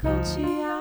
空气啊。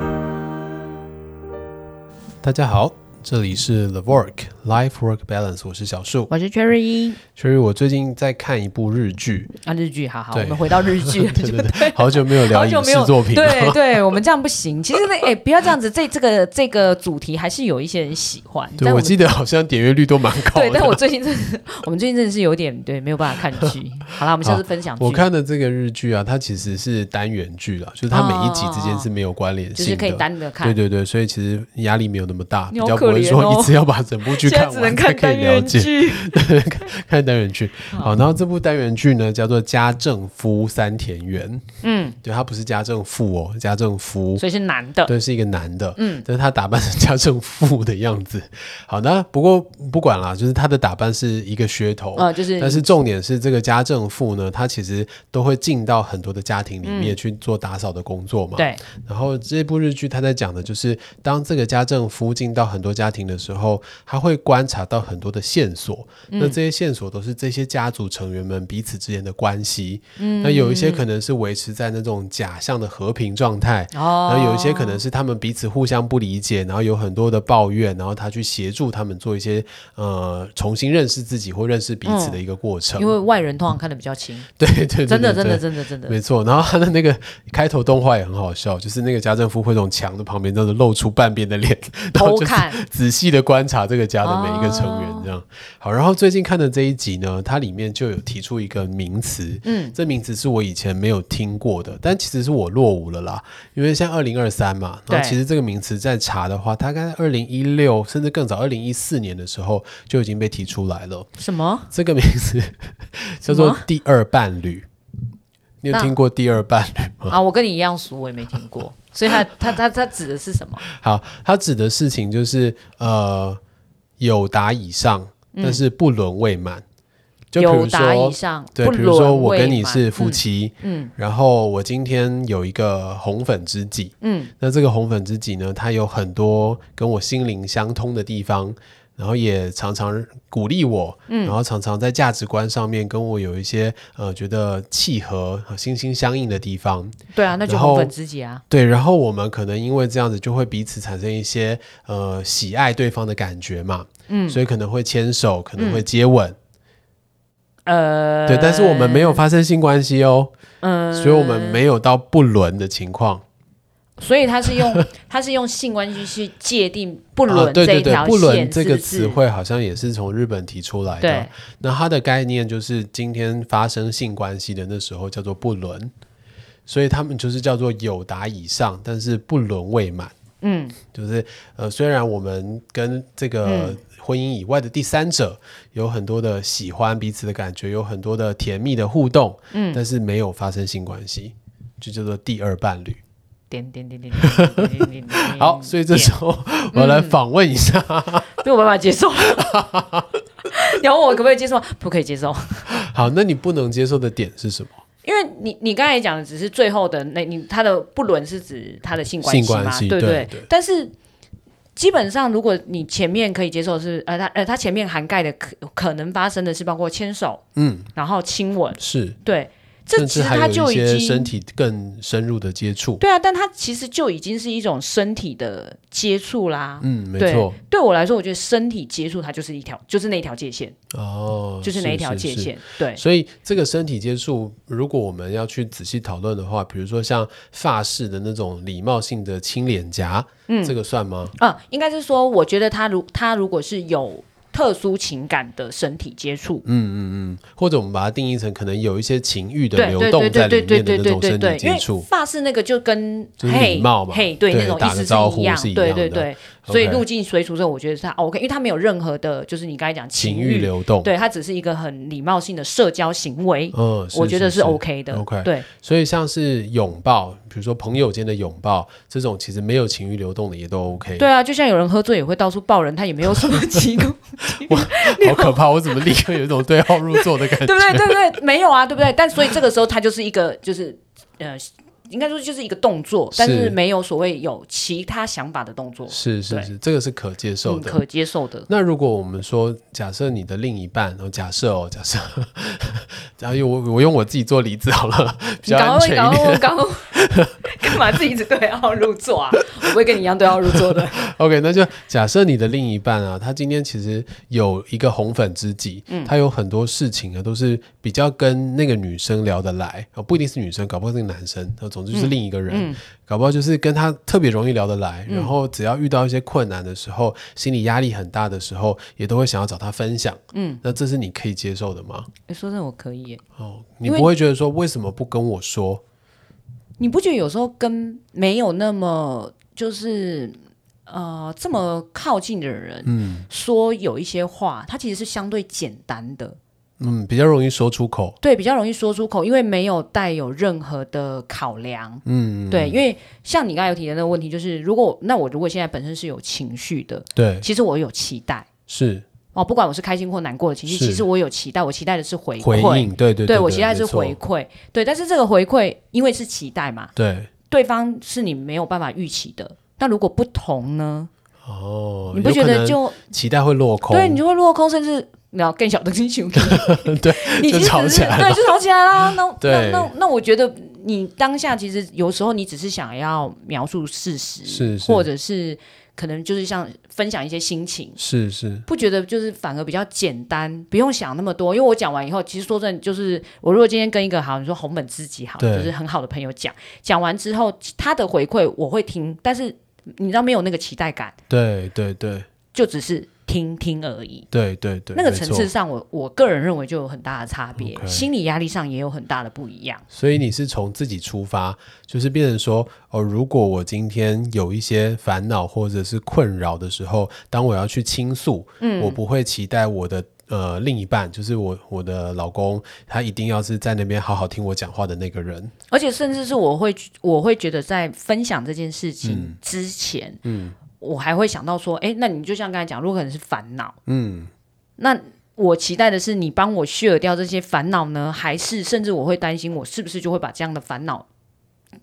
大家好，这里是 The Work Life Work Balance，我是小树。我是 Cherry 其实我最近在看一部日 剧，啊，日剧，好好，对，我们回到日剧 对 对对，好久没有聊好久影没视有作品了，对对，我们这样不行。其实 那哎、不要这样子，这这个这个主题还是有一些人喜欢。对但我们记得好像点阅率都蛮高的。对，但我最近真的 是，我们最近真的是有点对，没有办法看 剧。好啦，我们下次分享剧，我看的这个日剧啊，它其实是单元剧啦，就是它每一集之间是没有关联哦就性的，是可以单的看。对对对，所以其实压力没有那么大，比你好较不会可怜说哦一次要把整部剧 现在看只完能才看可单以了元解。剧。嗯看单元剧，好，然后这部单元剧呢叫做《家政夫三田园》，嗯，对，他不是家政妇哦，家政夫，所以是男的。对，是一个男的， 嗯，但是他打扮成家政妇的样子。好，那不过不管啦，就是他的打扮是一个噱头，呃，就是但是重点是，这个家政妇呢，她其实都会进到很多的家庭里面去做打扫的工作嘛。。对，然后这部日剧她在讲的就是，当这个家政夫进到很多家庭的时候，他会观察到很多的线索。那这些线索都是这些家族成员们彼此之间的关系。嗯。那有一些可能是维持在那种假象的和平状态。哦，然后有一些可能是他们彼此互相不理解，然后有很多的抱怨，然后他去协助他们做一些呃重新认识自己或认识彼此的一个过程。嗯因为外人通常看的比较清， 对对对，真的对真的对真的真的。没错。然后他的那个开头动画也很好笑，就是那个家政妇会从墙的旁边就是露出半边的脸， 然后偷就是看，仔细的观察这个家的每一个成员，哦这样、好。然后最近看的这一集呢，它里面就有提出一个名词，嗯，这名词是我以前没有听过的，但其实是我落伍了啦，因为现在二零二三嘛，然后对其实这个名词在查的话，大概二零一六甚至更早，二零一四年的时候就已经被提出来了。什么？这个名词 叫做什么第二伴侣，你有那听过第二伴侣吗？ 啊，我跟你一样熟，我也没听过。所以他他他他指的是什么？好，它指的事情就是呃，有达以上，但是不伦未满。就比嗯有如达以说，上，对，不比如说沦我为跟你嘛是夫嗯妻，嗯然后我今天有一个红粉知己，嗯，那这个红粉知己呢，他有很多跟我心灵相通的地方，然后也常常鼓励我，嗯，然后常常在价值观上面跟我有一些呃觉得契合、呃心心相印的地方，对啊，那就然后红粉知己啊。对，然后我们可能因为这样子，就会彼此产生一些呃喜爱对方的感觉嘛，嗯，所以可能会牵手，可能会接吻，呃，对，但是我们没有发生性关系哦，嗯，所以我们没有到不伦的情况，所以他是用 他是用性关系去界定不啊伦对这对一对条，不伦线，这是个不词是？汇好像也是从日本提出来的对，，那它的概念就是今天发生性关系的那时候叫做不伦，所以他们就是叫做有达以上，但是不伦未满。嗯，就是呃，虽然我们跟这嗯个婚姻以外的第三者有很多的喜欢彼此的感觉，有很多的甜蜜的互动，嗯，但是没有发生性关系，就叫做第二伴侣。点点点点点点点点点。好，所以这时候嗯我要来访问一下，点对我没办法接受。 你要问我可不可以接受吗？不可以接受，好，那你不能接受的点是什么？因为你你刚才讲的只是最后的那你他的不伦是指他的性关性系关嘛，系对不对对对？但是。基本上，如果你前面可以接受的是，呃，他呃，他前面涵盖的可可能发生的是包括牵手，嗯，然后亲吻，是，对，这甚其至实还它有就一已些经身体更深入的接触。对啊，但它其实就已经是一种身体的接触啦。嗯，没对错。对我来说，我觉得身体接触它就是一条，就是那一条界限，哦，就是那一条界是限。对，所以这个身体接触，如果我们要去仔细讨论的话，比如说像发式的那种礼貌性的亲脸颊，嗯，这个算吗？嗯，应该是说，我觉得他如他如果是有特殊情感的身体接触，嗯或者我们把它定义成可能有一些情欲的对流对动对在对里对面对的那对对种对身体对，因接为触。发式那个就跟就是嘿礼貌嘛嘿，对对那种打意个思招呼一样是一，对样对的对，所以 OK 入境随俗这，我觉得是他哦 OK，因为他没有任何的，就是你刚才讲情欲欲，流动，对，它只是一个很礼貌性的社交行为，嗯，我觉得是 OK 的。 OK 对，所以像是拥抱，比如说朋友间的拥抱，这种其实没有情欲流动的也都 OK。对，啊，就像有人喝醉也会到处抱人，他也没有什么奇怪，好可怕！我怎么立刻有一种对号入座的感觉？ 对不对？对不对？没有啊，对不对？但所以这个时候他就是一个就是呃，应该说就是一个动作，但是是没有所谓有其他想法的动作，是是对是，这个是可接受嗯，的。可接受的。那如果我们说，假设你的另一半，哦，假设 哦，假设，然后我我用我自己做例子好了，比你较赶安快，全赶一点。快，赶快！ 干嘛自己一直对号入座啊？我不会跟你一样对号入座的。 OK，那就假设你的另一半啊，他今天其实有一个红粉知己，嗯他有很多事情啊，都是比较跟那个女生聊得来啊，不一定是女生，搞不好是个男生，那总之就是另一个人，嗯搞不好就是跟他特别容易聊得来，然后只要遇到一些困难的时候，心理压力很大的时候，也都会想要找他分享。嗯，那这是你可以接受的吗？诶说真的，我可以耶。哦，你因为不会觉得说为什么不跟我说？你不觉得有时候跟没有那么就是呃这么靠近的人，嗯，说有一些话，它其实是相对简单的，嗯，比较容易说出口。对，比较容易说出口，因为没有带有任何的考量，嗯，对，因为像你刚才有提的那个问题，就是如果那我如果现在本身是有情绪的，对，其实我有期待是哦，不管我是开心或难过的情绪，是其实我有期待，我期待的是回回馈，应。对对对我期待是没错回馈，对，但是这个回馈因为是期待嘛，对。对方是你没有办法预期的。那如果不同呢？哦，你不有觉可得能就期待会落空？对你就会落空，甚至然后更小的英雄， 对， 你就其实吵只起是来对，就吵起来啦。那那对那那，我觉得你当下其实有时候你只是想要描述事实，是是或者是可能就是像分享一些心情。是是，不觉得就是反而比较简单，不用想那么多。因为我讲完以后，其实说真的，就是我如果今天跟一个好，你说红本知己好了，对就是很好的朋友讲，讲完之后他的回馈我会听，但是你知道没有那个期待感，对对对就只是听听而已。对对对，那个没层错次上我，我个人认为就有很大的差别 OK 心理压力上也有很大的不一样。所以你是从自己出发，就是变成说，哦，如果我今天有一些烦恼或者是困扰的时候，当我要去倾诉，嗯，我不会期待我的呃另一半，就是我我的老公，他一定要是在那边好好听我讲话的那个人，而且甚至是我会我会觉得在分享这件事情之前，嗯，我还会想到说，哎，那你就像刚才讲，如果可能是烦恼，嗯，那我期待的是你帮我 share 掉这些烦恼呢，还是甚至我会担心我是不是就会把这样的烦恼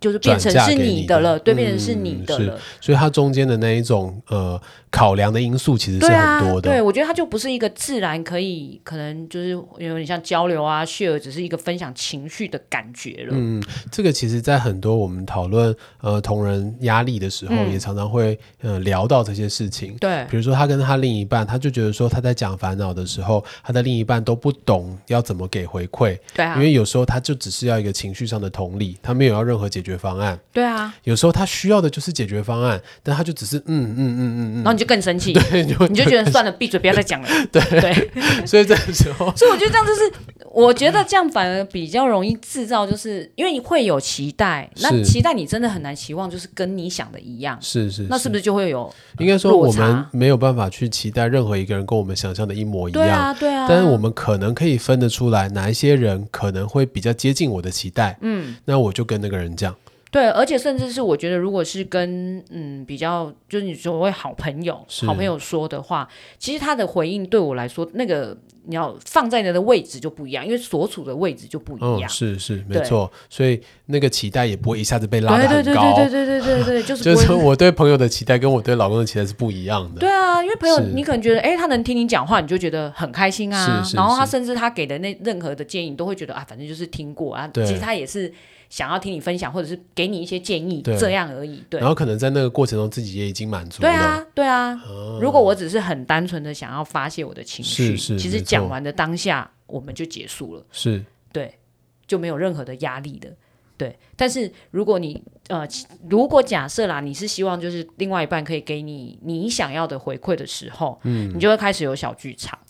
就是变成转嫁是给你的了，的对，变成是嗯你的是了，所以他中间的那一种呃考量的因素其实是对啊，很多的，对，我觉得它就不是一个自然可以，可能就是有点像交流啊，share，只是一个分享情绪的感觉了。嗯，这个其实，在很多我们讨论呃同人压力的时候，嗯也常常会呃聊到这些事情。对比如说，他跟他另一半，他就觉得说他在讲烦恼的时候，他的另一半都不懂要怎么给回馈，对啊因，为有时候他就只是要一个情绪上的同理，他没有要任何解决方案。对啊，有时候他需要的就是解决方案，但他就只是嗯嗯嗯嗯然哦后你就更生 气，嗯，你就你就觉得算了，闭嘴，不要再讲了。 对对， 所以这个时候所以我觉得这样就是，我觉得这样反而比较容易制造，就是因为你会有期待，那是期待你真的很难期望就是跟你想的一样，是是，那是不是是就会有应该说落我们差没有办法去期待任何一个人跟我们想象的一模一对样。啊对啊？但是我们可能可以分得出来哪一些人可能会比较接近我的期待，嗯，那我就跟那个人讲，对，而且甚至是我觉得，如果是跟嗯比较，就是你所谓好朋友、是好朋友说的话，其实他的回应对我来说，那个你要放在你的位置就不一样，因为所处的位置就不一嗯，样。是是，没对错，所以那个期待也不会一下子被拉得对对很对高，对对对对对对，就 是就不是会说我对朋友的期待跟我对老公的期待是不一样的，对啊，因为朋友是你可能觉得，哎，他能听你讲话，你就觉得很开心啊。是是然后他是甚至他给的那任何的建议，你都会觉得啊，反正就是听过啊。对其实他也是想要听你分享，或者是给你一些建议，对这样而已。对然。后可能在那个过程中自己也已经满足了，对啊，对啊。如果我只是很单纯的想要发泄我的情绪，哦是是其没实错讲完的当下我们就结束了，是对，就没有任何的压力的。对，但是如果你呃，其如果假设啦，你是希望就是另外一半可以给你你想要的回馈的时候，嗯，你就会开始有小剧场。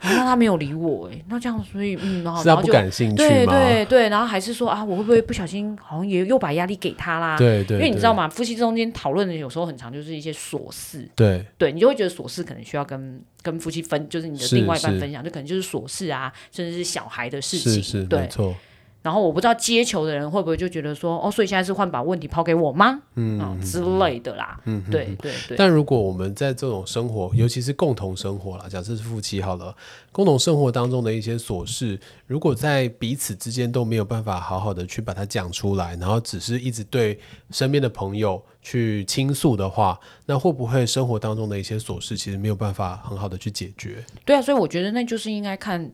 啊那他没有理我哎、那这样所以嗯，然后是他然后不就感兴趣对吗？对对，然后还是说啊，我会不会不小心好像也又把压力给他啦？对对，啊因为你知道吗？吗？夫妻中间讨论的有时候很长，就是一些琐事，对，对你就会觉得琐事可能需要跟跟夫妻分，就是你的是另外一半是分享，就可能就是琐事啊，甚至是小孩的事情，是是没对。错，然后我不知道接球的人会不会就觉得说，哦，所以现在是换把问题抛给我吗？嗯、之类的啦，嗯、对对对，但如果我们在这种生活，尤其是共同生活啦，假设是夫妻好了，共同生活当中的一些琐事，如果在彼此之间都没有办法好好的去把它讲出来，然后只是一直对身边的朋友去倾诉的话，那会不会生活当中的一些琐事其实没有办法很好的去解决？对啊，所以我觉得那就是应该哦看，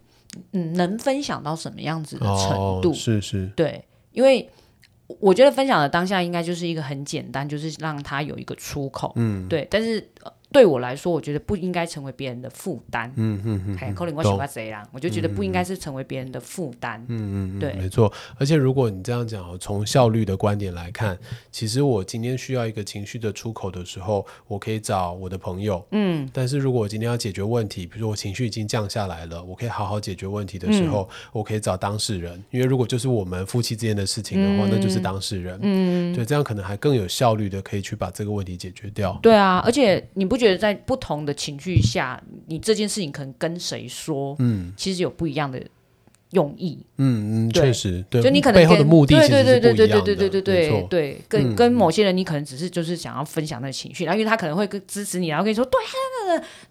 嗯，能分享到什么样子的程度，是是，对，因为我觉得分享的当下应该就是一个很简单，就是让他有一个出口，嗯，对。但是呃对我来说，我觉得不应该成为别人的负担，嗯嗯嗯。哎，可能我喜欢谁啦，我就觉得不应该是成为别人的负担，嗯嗯嗯，对。没错，而且如果你这样讲哦，从效率的观点来看，其实我今天需要一个情绪的出口的时候，我可以找我的朋友，嗯，但是如果我今天要解决问题，比如说我情绪已经降下来了，我可以好好解决问题的时候，嗯我可以找当事人，因为如果就是我们夫妻之间的事情的话，那就是当事人，嗯，对，这样可能还更有效率的可以去把这个问题解决掉，对啊，而且你不觉得在不同的情绪下，你这件事情可能跟谁说，嗯，其实有不一样的用意。嗯嗯，对确实，对，就你可能背后的跟目的其对实对是对不对一对样对的，对对对没对错嗯对，跟跟某些人你可能只是就是想要分享那个情绪，然后因为他可能会跟支持你，然后跟你说对啊，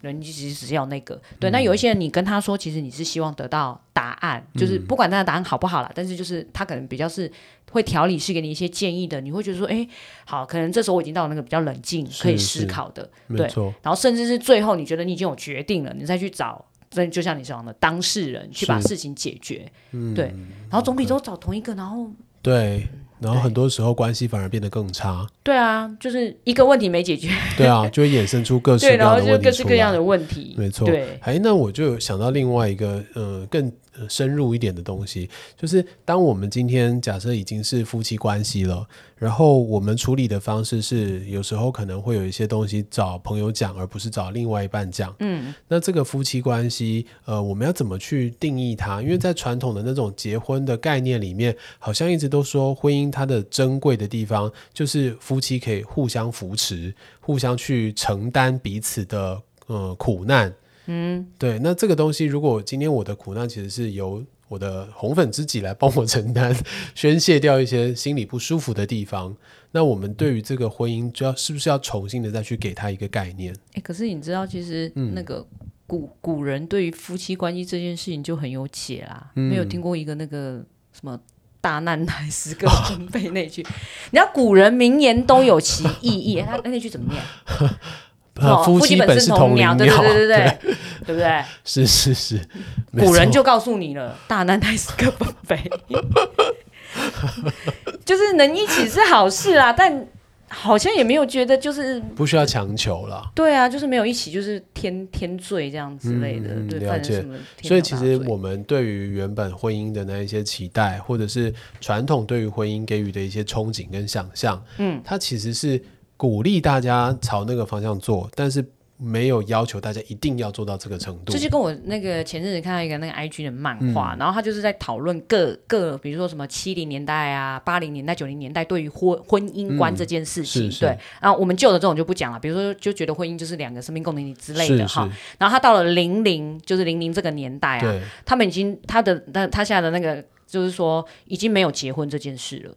那个，你其实只是要那个对。那嗯有一些人你跟他说，其实你是希望得到答案，就是嗯不管他的答案好不好啦，但是就是他可能比较是。会条理是给你一些建议的，你会觉得说，哎，好，可能这时候我已经到那个比较冷静、是可以思考的，没对错。然后甚至是最后你觉得你已经有决定了，你再去找，真就像你讲的当事人去把是事情解决，嗯对。然后总比都找同一个，然后对，然后对很多时候关系反而变得更差。对啊，就是一个问题没 解决，对啊，就会衍生出各式各对，然样后的就问题各式出各样来。的问题，没错对，哎，那我就有想到另外一个，呃，更呃深入一点的东西，就是当我们今天假设已经是夫妻关系了，然后我们处理的方式是，有时候可能会有一些东西找朋友讲，而不是找另外一半讲。嗯，那这个夫妻关系，呃，我们要怎么去定义它？因为在传统的那种结婚的概念里面，好像一直都说婚姻它的珍贵的地方就是夫妻可以互相扶持，互相去承担彼此的呃苦难。嗯，对。那这个东西，如果今天我的苦难其实是由我的红粉知己来帮我承担，宣泄掉一些心里不舒服的地方，那我们对于这个婚姻，就要是不是要重新的再去给他一个概念？哎，可是你知道，其实那个古、古人对于夫妻关系这件事情就很有解啦。嗯没有听过一个那个什么大难来时各分飞那句， 你知道古人名言都有其意义，哎他那句怎么念？呃哦夫妻本是同同林鸟，对对对对对，对不对？是是是，没古人错就告诉你了，大难乃是各奔北， 就是能一起是好事啦，但好像也没有觉得就是不需要强求了。对啊，就是没有一起就是天天罪这样之类的，嗯嗯对，了犯了解什么天所以条其大实罪我们对于原本婚姻的那一些期待，或者是传统对于婚姻给予的一些憧憬跟想象，嗯，它其实是鼓励大家朝那个方向做，但是没有要求大家一定要做到这个程度嗯这。就跟我那个前阵子看到一个那个 IG 的漫画，然后他就是在讨论各各，比如说什么七零年代啊、八零年代、九零年代对于婚婚姻观这件事情，嗯是是对。然后我们旧的这种就不讲了，比如说就觉得婚姻就是两个生命共同体之类是的是哈。，然后他到了零零，就是零零这个年代啊，对，他们已经他的他他现在的那个就是说已经没有结婚这件事了。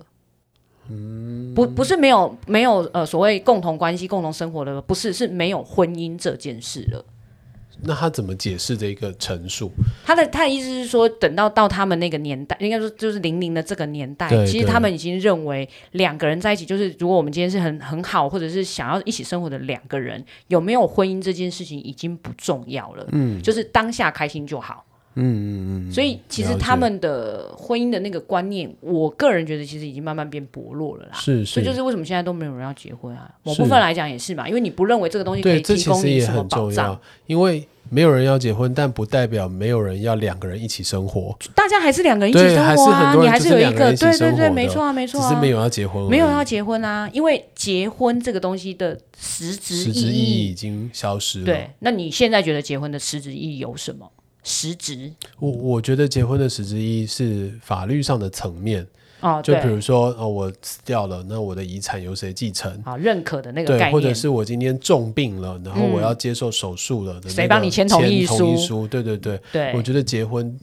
嗯不不是没有没有呃所谓共同关系共同生活的不是是没有婚姻这件事了。那他怎么解释这个陈述？他的他的意思是说，等到到他们那个年代，应该说就是零零的这个年代对，其实对他们已经认为两个人在一起，就是如果我们今天是很很好，或者是想要一起生活的两个人，有没有婚姻这件事情已经不重要了，嗯，就是当下开心就好。嗯嗯嗯，所以其实了解他们的婚姻的那个观念，我个人觉得其实已经慢慢变薄弱了啦。是所是，以就是为什么现在都没有人要结婚啊？某是部分来讲也是嘛，因为你不认为这个东西可对，以这提其供实你也什么很保重障要，，因为没有人要结婚，但不代表没有人要两个人一起生活，大家还是两个人一起生活啊，对你还还是是很多有人就是两一个，个人一起对生对活的对，没错啊，没只错啊，是没有要结婚而已，没有要结婚啊，因为结婚这个东西的实质实意质意义义，已经消失了。对，那你现在觉得结婚的实质意义有什么？实质我我觉得结婚的实质意义是法律上的层面，哦，就比对，如说哦，我死掉了，那我的遗产由谁继承？好认可的那个对，概念，嗯或者是我今天重病了，然后我要接受手术了的那个谁帮你签同同意书？书对对对，对我觉得结婚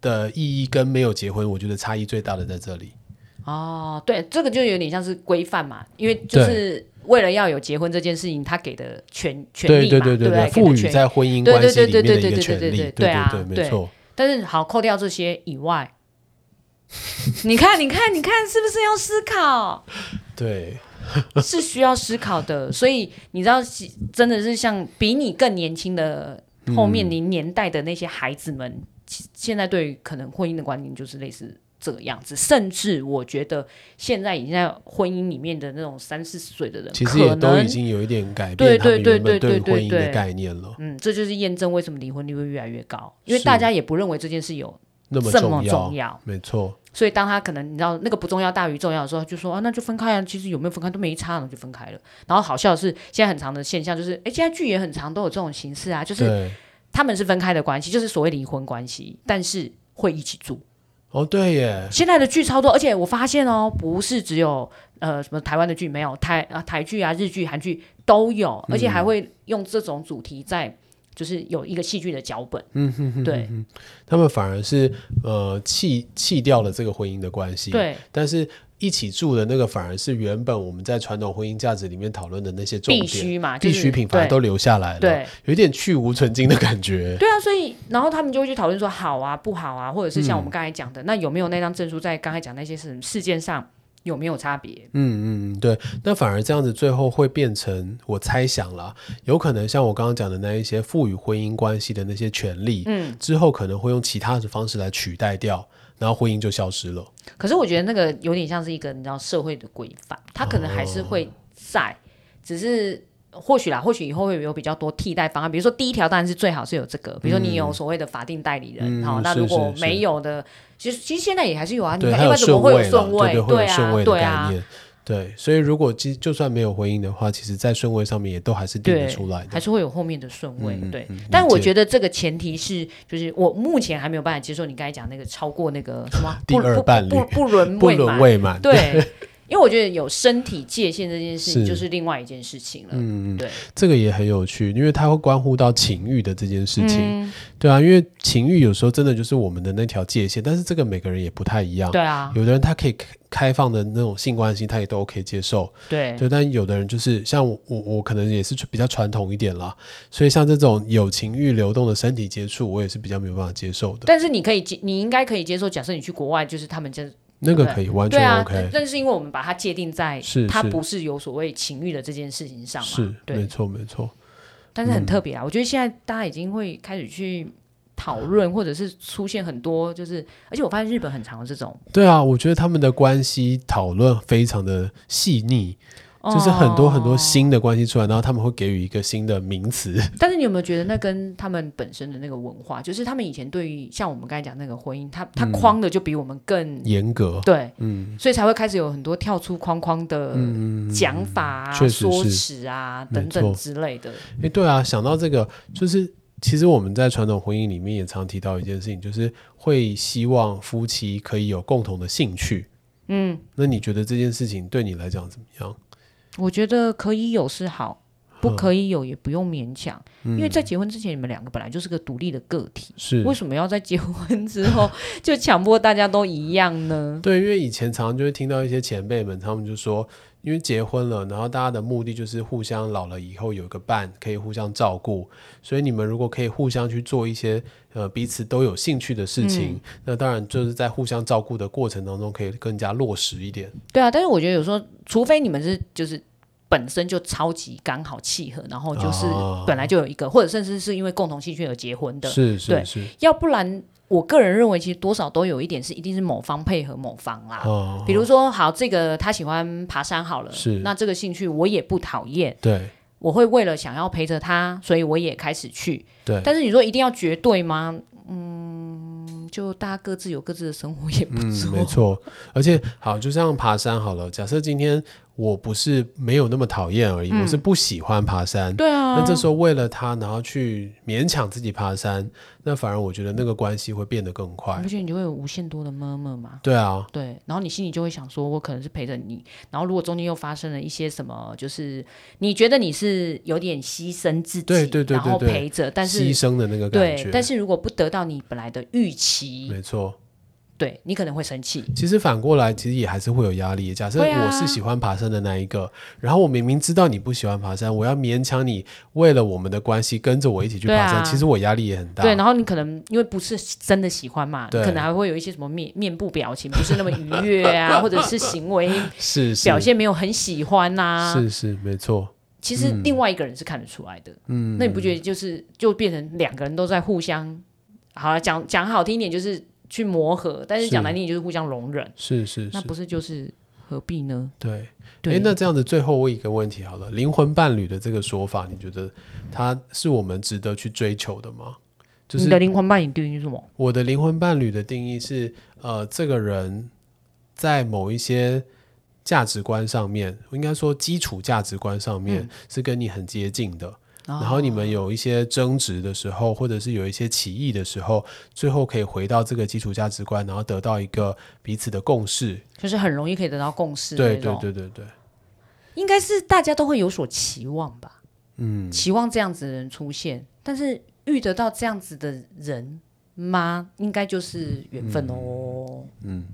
的意义跟没有结婚，我觉得差异最大的在这里。哦，对，这个就有点像是规范嘛，因为就是为了要有结婚这件事情，他给的权权对利嘛，对对对不对，对？赋给予的权利。在婚姻对关系对里对面的对一个对权对利，对对对对啊对，没对错。但是好，扣掉这些以外， 你看，你看，你看，是不是要思考？对， 是需要思考的，所以你知道，其真的是像比你更年轻的后面你年代的那些孩子们，其现在对于可能婚姻的观念就是类似这个样子，甚至我觉得现在已经在婚姻里面的那种三四十岁的人，其实也可都能已经有一点改对变他们对原本对对对对婚姻的对概念了，嗯，这就是验证为什么离婚率会越来越高，因为是大家也不认为这件事有那么这么重重要，要，没错，所以当他可能你知道那个不重要大于重要的时候，就说啊那就分开啊，其实有没有分开都没差，然后就分开了。然后好笑的是，现在很长的现象就是，哎，现在剧也很长都有这种形式啊，就是对，他们是分开的关系，就是所谓离婚关系，但是会一起住。哦对耶，现在的剧超多，而且我发现哦，不是只有呃什么台湾的剧没有，台啊台剧啊、日剧、韩剧都有，而且还会用这种主题在。就是有一个戏剧的脚本，嗯哼哼，对他们反而是呃弃弃掉了这个婚姻的关系，，对，但是一起住的那个反而是原本我们在传统婚姻价值里面讨论的那些重必点。须嘛，就必是需品反而对都留下来了，对有一点去无存精的感觉。对啊，所以然后他们就会去讨论说好啊、不好啊，或者是像我们刚才嗯讲的，那有没有那张证书在刚才讲那些事事件上有没有差别？嗯嗯，对，那反而这样子最后会变成我猜想啦，有可能像我刚刚讲的那一些赋予婚姻关系的那些权利，嗯，之后可能会用其他的方式来取代掉，然后婚姻就消失了。可是我觉得那个有点像是一个你知道社会的规范，它可能还是会在，只是或许啦，或许以后会有比较多替代方案，比如说第一条当然是最好是有这个，比如说你有所谓的法定代理人，嗯好，那是如果是是没有的，其实其实现在也还是有啊，你对，看还要不有然怎么顺会位啦，有顺对对，会有顺啊，位的对概啊，念。对，所以如果就就算没有婚姻的话，其实在顺位上面也都还是定得对出来还的。是会有后面的顺位，嗯嗯对。嗯但理我解觉得这个前提是，就是我目前还没有办法接受你刚才讲那个超过那个什么 第不二不伴侣不 不伦不位伦嘛，未满， 对。因为我觉得有身体界限这件事情是就是另外一件事情了，嗯对，这个也很有趣，因为它会关乎到情欲的这件事情。嗯对啊，因为情欲有时候真的就是我们的那条界限，但是这个每个人也不太一样。对啊，有的人他可以开开放的那种性关系，他也都 OK 接受。对，对，但有的人就是像我，我我可能也是比较传统一点啦，所以像这种有情欲流动的身体接触，我也是比较没有办法接受的。但是你可以接，你应该可以接受。假设你去国外，就是他们真那个对可以完对全啊， OK，、但但是因为我们把它界定在是它是不是有所谓情欲的这件事情上嘛，是没对，错没错。但是很嗯特别啊，我觉得现在大家已经会开始去讨论，或者是出现很多，就是而且我发现日本很常有这种，对啊，我觉得他们的关系讨论非常的细腻，哦就是很多很多哦。新的关系出来，然后他们会给予一个新的名词。 但是你有没有觉得那跟他们本身的那个文化，就是他们以前对于像我们刚才讲那个婚姻，他他嗯框的就比我们更、严格，对，嗯所以才会开始有很多跳出框框的讲法啊、确实说是辞啊没等等错之类的。诶，对啊，想到这个，就是其实我们在传统婚姻里面也常提到一件事情，就是会希望夫妻可以有共同的兴趣。嗯，那你觉得这件事情对你来讲怎么样？我觉得可以有是好，嗯不可以有也不用勉强，因为在结婚之前，你们两个本来就是个独立的个体，是为什么要在结婚之后 就强迫大家都一样呢？对，因为以前常常就会听到一些前辈们，他们就说，因为结婚了，然后大家的目的就是互相老了以后有个伴，可以互相照顾，所以你们如果可以互相去做一些呃彼此都有兴趣的事情，嗯那当然就是在互相照顾的过程当中可以更加落实一点。对啊，但是我觉得有时候，除非你们是就是。本身就超级刚好契合，然后就是哦本来就有一个，或者甚至是因为共同兴趣而结婚的，是是对是，要不然我个人认为，其实多少都有一点是一定是某方配合某方啦。哦，啊比如说，好，这个他喜欢爬山好了，是那这个兴趣我也不讨厌，对我会为了想要陪着他，所以我也开始去。对，但是你说一定要绝对吗？嗯，就大家各自有各自的生活也不错。嗯，没错。而且好，就像爬山好了，假设今天我不是没有那么讨厌而已，我是不喜欢爬山。嗯对啊那，这时候为了他，然后去勉强自己爬山，那反而我觉得那个关系会变得更快你不。觉得你就会有无限多的么么吗？对啊，对，然后你心里就会想说，我可能是陪着你，然后如果中间又发生了一些什么，就是你觉得你是有点牺牲自己，对对对然后对对陪着，但是牺牲的那个感对觉，，但是如果不得到你本来的预期，没错。对你可能会生气。其实反过来，其实也还是会有压力。假设会啊我是喜欢爬山的那一个，然后我明明知道你不喜欢爬山，我要勉强你为了我们的关系跟着我一起去爬对啊山，其实我压力也很大。对，然后你可能因为不是真的喜欢嘛，你对可能还会有一些什么面面部表情不是那么愉悦啊，或者是行为是是表现啊没有很喜欢呐、是是没错。其实另外一个人是看得出来的。嗯，那你不觉得就是就变成两个人都在互相，好了，讲讲好听一点就是去磨合，但是是讲难听，就是互相容忍，是是那是，不是就是何必呢？对。对，诶那这样子，最后问一个问题好了，灵魂伴侣的这个说法，你觉得它是我们值得去追求的吗？就你的是灵魂伴侣定义是什么？我的灵魂伴侣的定义是，呃，这个人在某一些价值观上面，应该说基础价值观上面、嗯是跟你很接近的，哦然后你们有一些争执的时候，或者是有一些歧义的时候，最后可以回到这个基础价值观，然后得到一个彼此的共识。就是很容易可以得到共识的哦对那种对对对对，应该是大家都会有所期望吧。嗯，期望这样子的人出现，但是遇得到这样子的人吗？应该就是缘分哦。嗯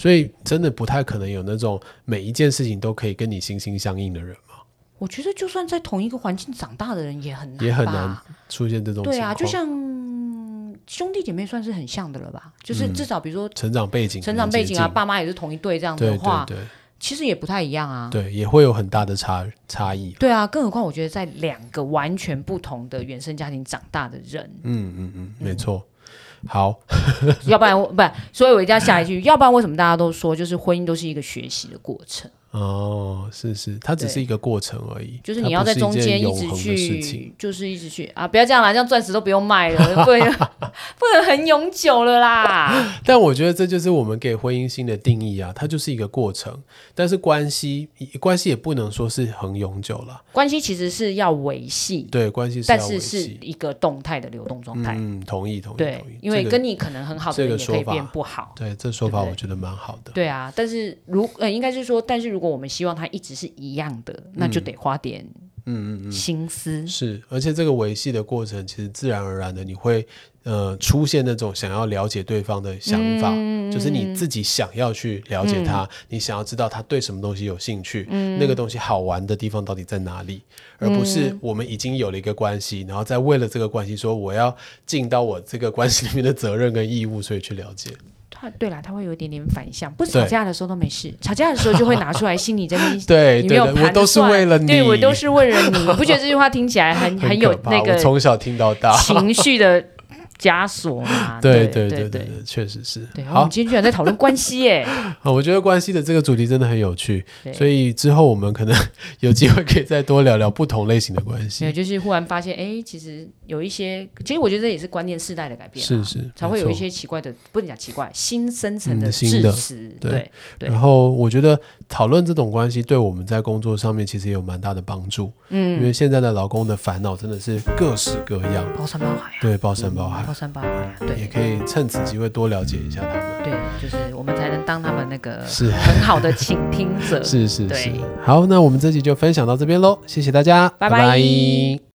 所以真的不太可能有那种每一件事情都可以跟你心心相印的人嘛，我觉得就算在同一个环境长大的人也很难，也很难。出现这种情况。对啊，就像兄弟姐妹算是很像的了吧？就是嗯至少比如说成长背景、成长背景啊，，爸妈也是同一队这样子对的对话，对其实也不太一样啊。对，也会有很大的差差异。对啊，更何况我觉得在两个完全不同的原生家庭长大的人，嗯嗯嗯，没错。好，要不然我不，所以我一定要下一句，要不然为什么大家都说就是婚姻都是一个学习的过程，哦，是是，它只是对一个过程而已，就是它你要不在是中件间一永直恒的事情。去，就是一直去啊，不要这样啦，这样钻石都不用卖了，不能 不能很永久了啦。但我觉得这就是我们给婚姻新的定义啊，它就是一个过程。但是关系，关系也不能说是很永久了，关系其实是要维系，对，关系是但要维是是系。一个动态的流动状态，嗯，同意同意对同意，，因为这个跟你可能很好的这个人也可以说法变不好。对这说法对不对我觉得蛮好的。对啊，但是如呃，应该是说，但是如果我们希望它一直是一样的，那就得花点嗯嗯心思，是，而且这个维系的过程，其实自然而然的你会呃出现那种想要了解对方的想法，嗯就是你自己想要去了解他，你想要知道他对什么东西有兴趣，嗯那个东西好玩的地方到底在哪里，而不是我们已经有了一个关系，然后再为了这个关系说我要尽到我这个关系里面的责任跟义务，所以去了解。他对啦，他会有一点点反向，不是对吵架的时候都没事，吵架的时候就会拿出来心里这边。 对你没对有哎对，盘我都是算为了你，对我都是为了你，你不觉得这句话听起来很很有可怕那我个从小听到大。情绪的枷锁吗？ 对啊对对对对，确实是。对我好们，今天居然在讨论关系耶！ 啊，我觉得关系的这个主题真的很有趣，对所以之后我们 可能有机会可以再多聊聊不同类型的关没有，系。就是忽然发现，哎，其实有一些，其实我觉得这也是观念世代的改变啊，是是，才没会有一错。些奇怪的，不能讲奇怪，新生成嗯的新致的辞。对对，对然后我觉得讨论这种关系对我们在工作上面其实也有蛮大的帮助，嗯，因为现在的劳工的烦恼真的是各式各样，包山包海对，包山包啊，海包，山包海啊，也对可以趁此机会多了解一下他们。对，就是我们才能当他们那个是很好的倾听者。是是是呃对，好，那我们这集就分享到这边喽，谢谢大家，拜拜拜